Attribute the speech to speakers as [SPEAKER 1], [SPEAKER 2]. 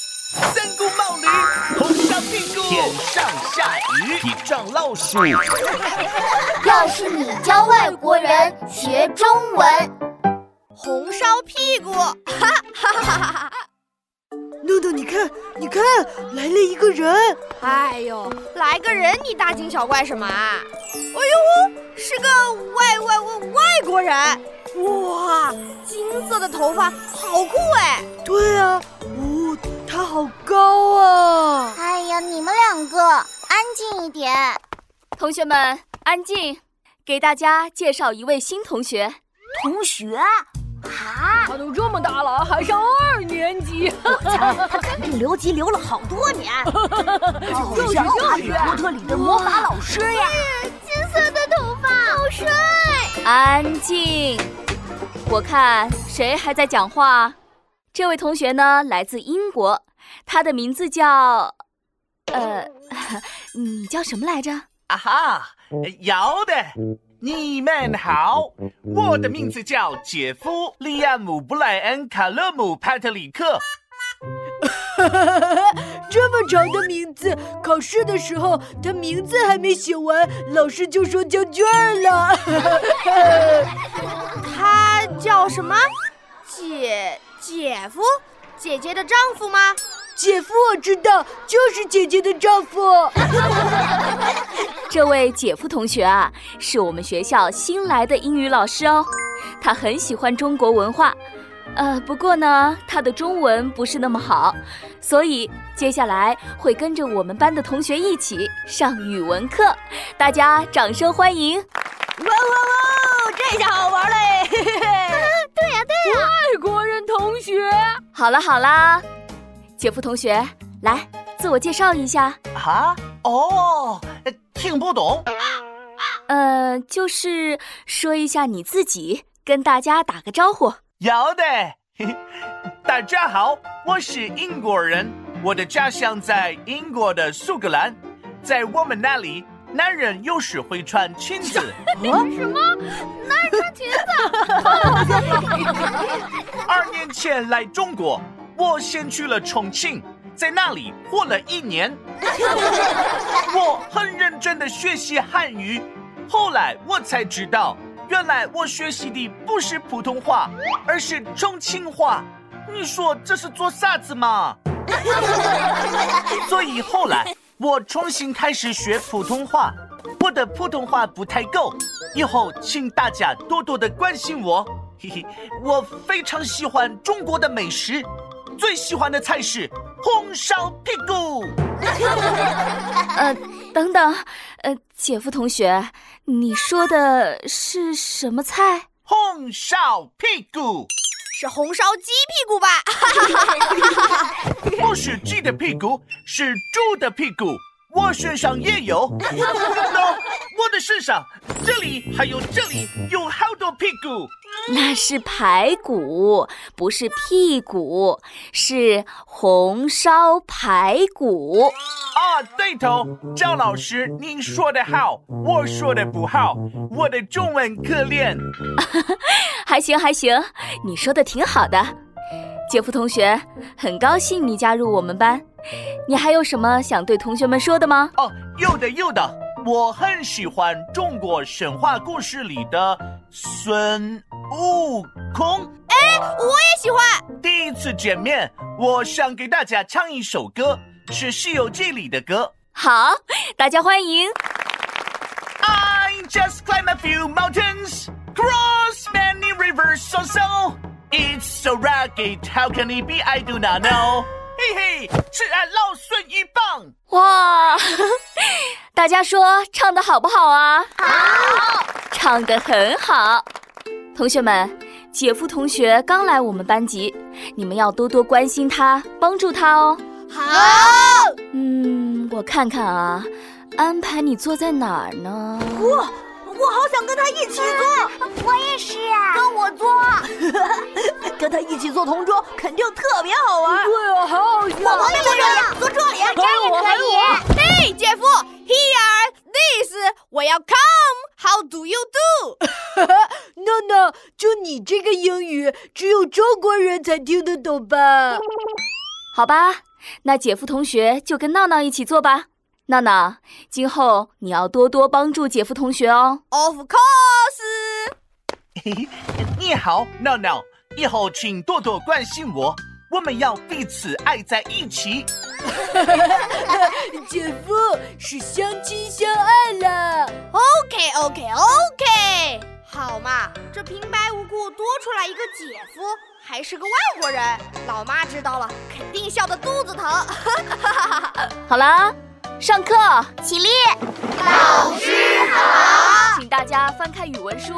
[SPEAKER 1] 三顾茂林，红烧屁股，
[SPEAKER 2] 天上下雨，地上老鼠。
[SPEAKER 3] 要是你教外国人学中文，
[SPEAKER 4] 红烧屁股，哈哈哈哈哈！
[SPEAKER 5] 诺诺，你看，你看，来了一个人。
[SPEAKER 4] 哎呦，来个人，你大惊小怪什么啊？哎呦，是个外外外外国人！哇，金色的头发，好酷哎！
[SPEAKER 5] 对啊，哦，他好高啊！
[SPEAKER 3] 哎呀，你们两个安静一点。
[SPEAKER 6] 同学们安静，给大家介绍一位新同学。
[SPEAKER 7] 同学
[SPEAKER 3] 啊，
[SPEAKER 8] 他都这么大了，还上二年级，
[SPEAKER 7] 我猜他肯定留级留了好 多年，就像《哈利波特》里的魔法老师
[SPEAKER 4] 哎
[SPEAKER 7] 呀。
[SPEAKER 3] 金色的头发，好帅！
[SPEAKER 4] 啊
[SPEAKER 6] 安静，我看谁还在讲话。这位同学呢，来自英国，他的名字叫……呃， 你叫什么来着？
[SPEAKER 2] 啊哈，有的。你们好，我的名字叫杰夫·利亚姆·布莱恩·卡勒姆·帕特里克。
[SPEAKER 5] 这么长的名字，考试的时候他名字还没写完，老师就说交卷了。
[SPEAKER 4] 他叫什么？姐姐夫？姐姐的丈夫吗？
[SPEAKER 5] 姐夫我知道，就是姐姐的丈夫。
[SPEAKER 6] 这位姐夫同学啊，是我们学校新来的英语老师哦，他很喜欢中国文化，呃，不过呢，他的中文不是那么好，所以接下来会跟着我们班的同学一起上语文课，大家掌声欢迎！哇
[SPEAKER 4] 哇哇，这下好玩嘞！对
[SPEAKER 3] 呀、啊、对呀、啊，
[SPEAKER 8] 外国人同学。
[SPEAKER 6] 好啦好啦，姐夫同学，来自我介绍一下
[SPEAKER 2] 啊哦。听不懂，
[SPEAKER 6] 呃，就是说一下你自己，跟大家打个招呼。
[SPEAKER 2] 有的 嘿嘿，大家好，我是英国人，我的家乡在英国的苏格兰，在我们那里，男人有时会穿裙子。
[SPEAKER 4] 啊、 什么？男人穿裙
[SPEAKER 2] 子？ 二年前来中国，我先去了重庆。在那里混了一年， 我很认真的学习汉语，后来我才知道，原来我学习的不是普通话，而是重庆话。你说这是做啥子嘛？所以后来我重新开始学普通话，我的普通话不太够，以后请大家多多的关心我。嘿嘿，我非常喜欢中国的美食，最喜欢的菜是。红烧屁股。
[SPEAKER 6] 呃，等等，呃，姐夫同学，你说的是什么菜？
[SPEAKER 2] 红烧屁股，
[SPEAKER 4] 是红烧鸡屁股吧？
[SPEAKER 2] 不是鸡的屁股，是猪的屁股。我身上也有。no，我的身上，这里还有这里有好多屁股。
[SPEAKER 6] 那是排骨，不是屁股，是红烧排骨。
[SPEAKER 2] 啊，对头，赵老师，您说的好，我说的不好，我的中文可怜。
[SPEAKER 6] 还行还行，你说的挺好的，杰夫同学，很高兴你加入我们班。你还有什么想对同学们说的吗？
[SPEAKER 2] 哦，有的有的，我很喜欢中国神话故事里的孙悟空。
[SPEAKER 4] 哎，我也喜欢。
[SPEAKER 2] 第一次见面，我想给大家唱一首歌，是《西游记》里的歌。
[SPEAKER 6] 好，大家欢迎。
[SPEAKER 2] I just climb a few mountains, cross many rivers or so. It's so rugged, how can it be? I do not know. 嘿嘿，吃俺老孙一棒！
[SPEAKER 6] 哇， 大家说唱的好不好啊？
[SPEAKER 3] 好，
[SPEAKER 6] 唱的很好。同学们，姐夫同学刚来我们班级，你们要多多关心他，帮助他哦。
[SPEAKER 4] 好。
[SPEAKER 6] 嗯，我看看啊，安排你坐在哪儿呢？
[SPEAKER 7] 我我好想跟他一起坐。
[SPEAKER 3] 嗯、我也是、啊。
[SPEAKER 7] 跟我坐。 跟他一起做同桌，肯定特别好玩。
[SPEAKER 5] 对啊，好好笑。
[SPEAKER 7] 我朋友这样坐这里，
[SPEAKER 3] 这也可
[SPEAKER 4] 以。嘿，姐夫，Here, this，我要 come。How do you do？
[SPEAKER 5] 诺诺，就你这个英语，只有中国人才听得懂吧？
[SPEAKER 6] 好吧，那姐夫同学就跟闹闹一起做吧。闹闹，今后你要多多帮助姐夫同学哦。
[SPEAKER 4] Of course，
[SPEAKER 2] 你好，闹闹，以后请多多关心我，我们要彼此爱在一起。
[SPEAKER 5] 姐夫是相亲相爱了。
[SPEAKER 4] OK OK OK，好嘛，这平白无故多出来一个姐夫，还是个外国人，老妈知道了肯定笑得肚子疼。
[SPEAKER 6] 好啦，上课，
[SPEAKER 3] 起立，
[SPEAKER 6] 请大家翻开语文书，